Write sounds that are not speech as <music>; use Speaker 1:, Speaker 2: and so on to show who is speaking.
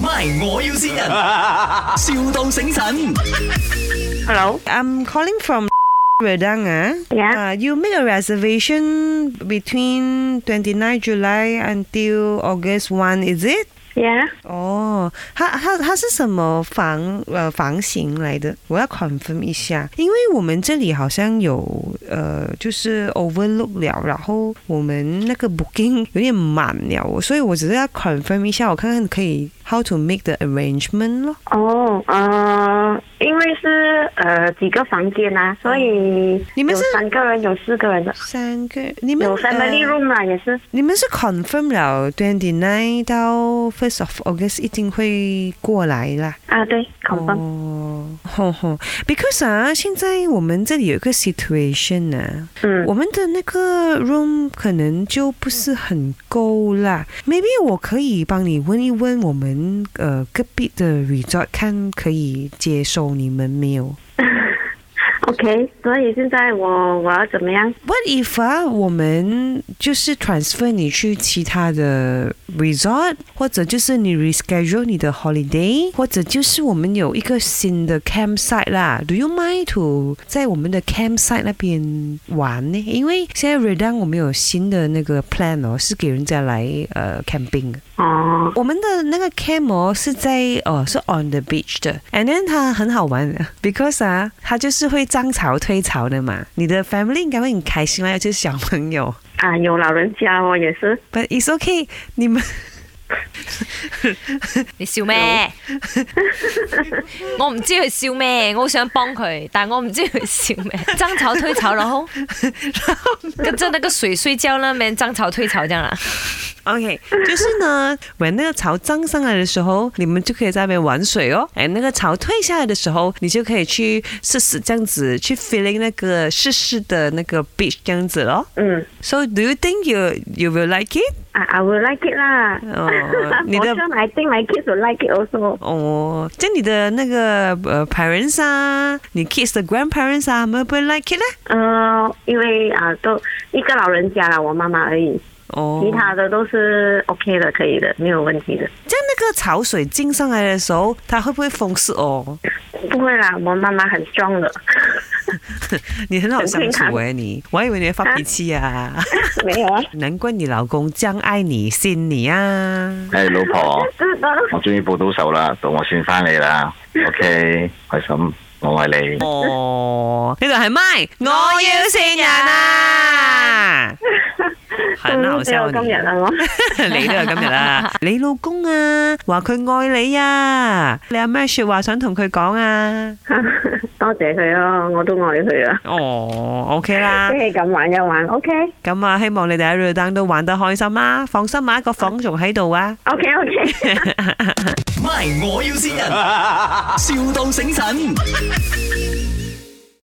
Speaker 1: My，我要先人，, <laughs> 笑到醒神。
Speaker 2: Hello.
Speaker 3: I'm calling from <laughs> Redang. ah.
Speaker 2: Yeah.
Speaker 3: Uh, you make a reservation between 29 July until August 1, is it?
Speaker 2: Yeah.
Speaker 3: 哦，它它它是什么房呃房型来的？我要 confirm 一下，因为我们这里好像有呃就是 overlook 了，然后我们那个 booking 有点满了，所以我只是要 confirm 一下，我看看可以 how to make the arrangement 咯。
Speaker 2: 哦，呃，因为是呃几个房间啊，所以
Speaker 3: 你们
Speaker 2: 有
Speaker 3: 是
Speaker 2: 三个人，有四个人的，
Speaker 3: 三个，你们
Speaker 2: 有 family
Speaker 3: 呃
Speaker 2: room 啊，也是。
Speaker 3: 你们是 confirm 了 twenty nine 到 first of August 一定会过来啦。
Speaker 2: 啊，对，恐怖。
Speaker 3: 哦，吼吼，because 啊，现在我们这里有一个 situation 啊，
Speaker 2: 嗯
Speaker 3: 我们的那个 room 可能就不是很够啦。Maybe 我可以帮你问一问我们呃隔壁的 resort 看可以接受你们没有。
Speaker 2: <laughs> ，OK。所以现在我我要怎么样？
Speaker 3: What if 啊，我们就是 transfer 你去其他的 resort，或者就是你 reschedule 你的 holiday，或者就是我们有一个新的 campsite 啦。Do you mind to 在我们的 campsite 那边玩呢？因为现在 Redang 我们有新的那个 plan 哦，是给人家来呃 camping 的。
Speaker 2: 哦，
Speaker 3: 我们的那个 camp 哦是在哦是 on the beach 的，and then 它很好玩的，because 啊，它就是会涨潮退潮的嘛。你的 family 应该会很开心啦，尤其是小朋友。
Speaker 2: 啊，有老人家哦，也是。
Speaker 3: But it's okay，你们 <laughs>
Speaker 4: 你笑咩？我唔知佢笑咩，我好想帮佢，但我唔知佢笑咩。争吵推吵，然后跟着那个水睡觉那边争吵推吵这样啦。
Speaker 3: OK，就是呢，when 那个潮涨上来的时候，你们就可以在那边玩水哦。哎，那个潮退下来的时候，你就可以去试试这样子，去 feeling 那个湿湿的那个 beach 这样子咯。
Speaker 2: 嗯，
Speaker 3: So do you think you you will like it？
Speaker 2: 啊，I will like it 啦。
Speaker 3: 哦
Speaker 2: <laughs>
Speaker 3: 你的
Speaker 2: For sure, I think my kids will like it also.
Speaker 3: 哦，这样你的那个呃 parents 啊，你 kids 的 grandparents 啊，他们会不会 like it 呢？
Speaker 2: 呃，因为啊，都一个老人家啦，我妈妈而已，
Speaker 3: 哦，
Speaker 2: 其他的都是 OK 的，可以的，没有问题的。
Speaker 3: 这样那个潮水进上来的时候，它会不会风湿哦？ <laughs>
Speaker 2: 不会啦，我妈妈很 strong 的。
Speaker 3: 你很好
Speaker 2: 很
Speaker 3: 相
Speaker 2: 健
Speaker 3: 处
Speaker 2: 康
Speaker 3: 哎、你，我还以为你会发脾气啊，
Speaker 2: 没有啊，
Speaker 3: 难怪你老公这样爱你、信你
Speaker 2: <laughs>
Speaker 3: 啊。
Speaker 5: 诶，哎老婆，
Speaker 2: 知道。
Speaker 5: 我終於報到仇啦，到我算翻你啦。OK，開心，我愛你。
Speaker 3: 哦，呢度係咪？我要線人
Speaker 2: <laughs>
Speaker 3: 啊！很好笑
Speaker 2: 都
Speaker 3: 你
Speaker 2: 今日啊，我
Speaker 3: <laughs> 你都有今日啦，你老公啊話佢愛你啊，你有咩说話想同佢講啊？
Speaker 2: 多謝佢咯，我都愛佢啊。
Speaker 3: 哦，OK 啦
Speaker 2: <laughs> 即，係咁玩一玩，OK
Speaker 3: 咁啊，希望你哋喺 Redang 都玩得開心啦，放心啊，個房仲喺度啊。
Speaker 2: OK OK。
Speaker 1: My，我要先人，,笑到醒神。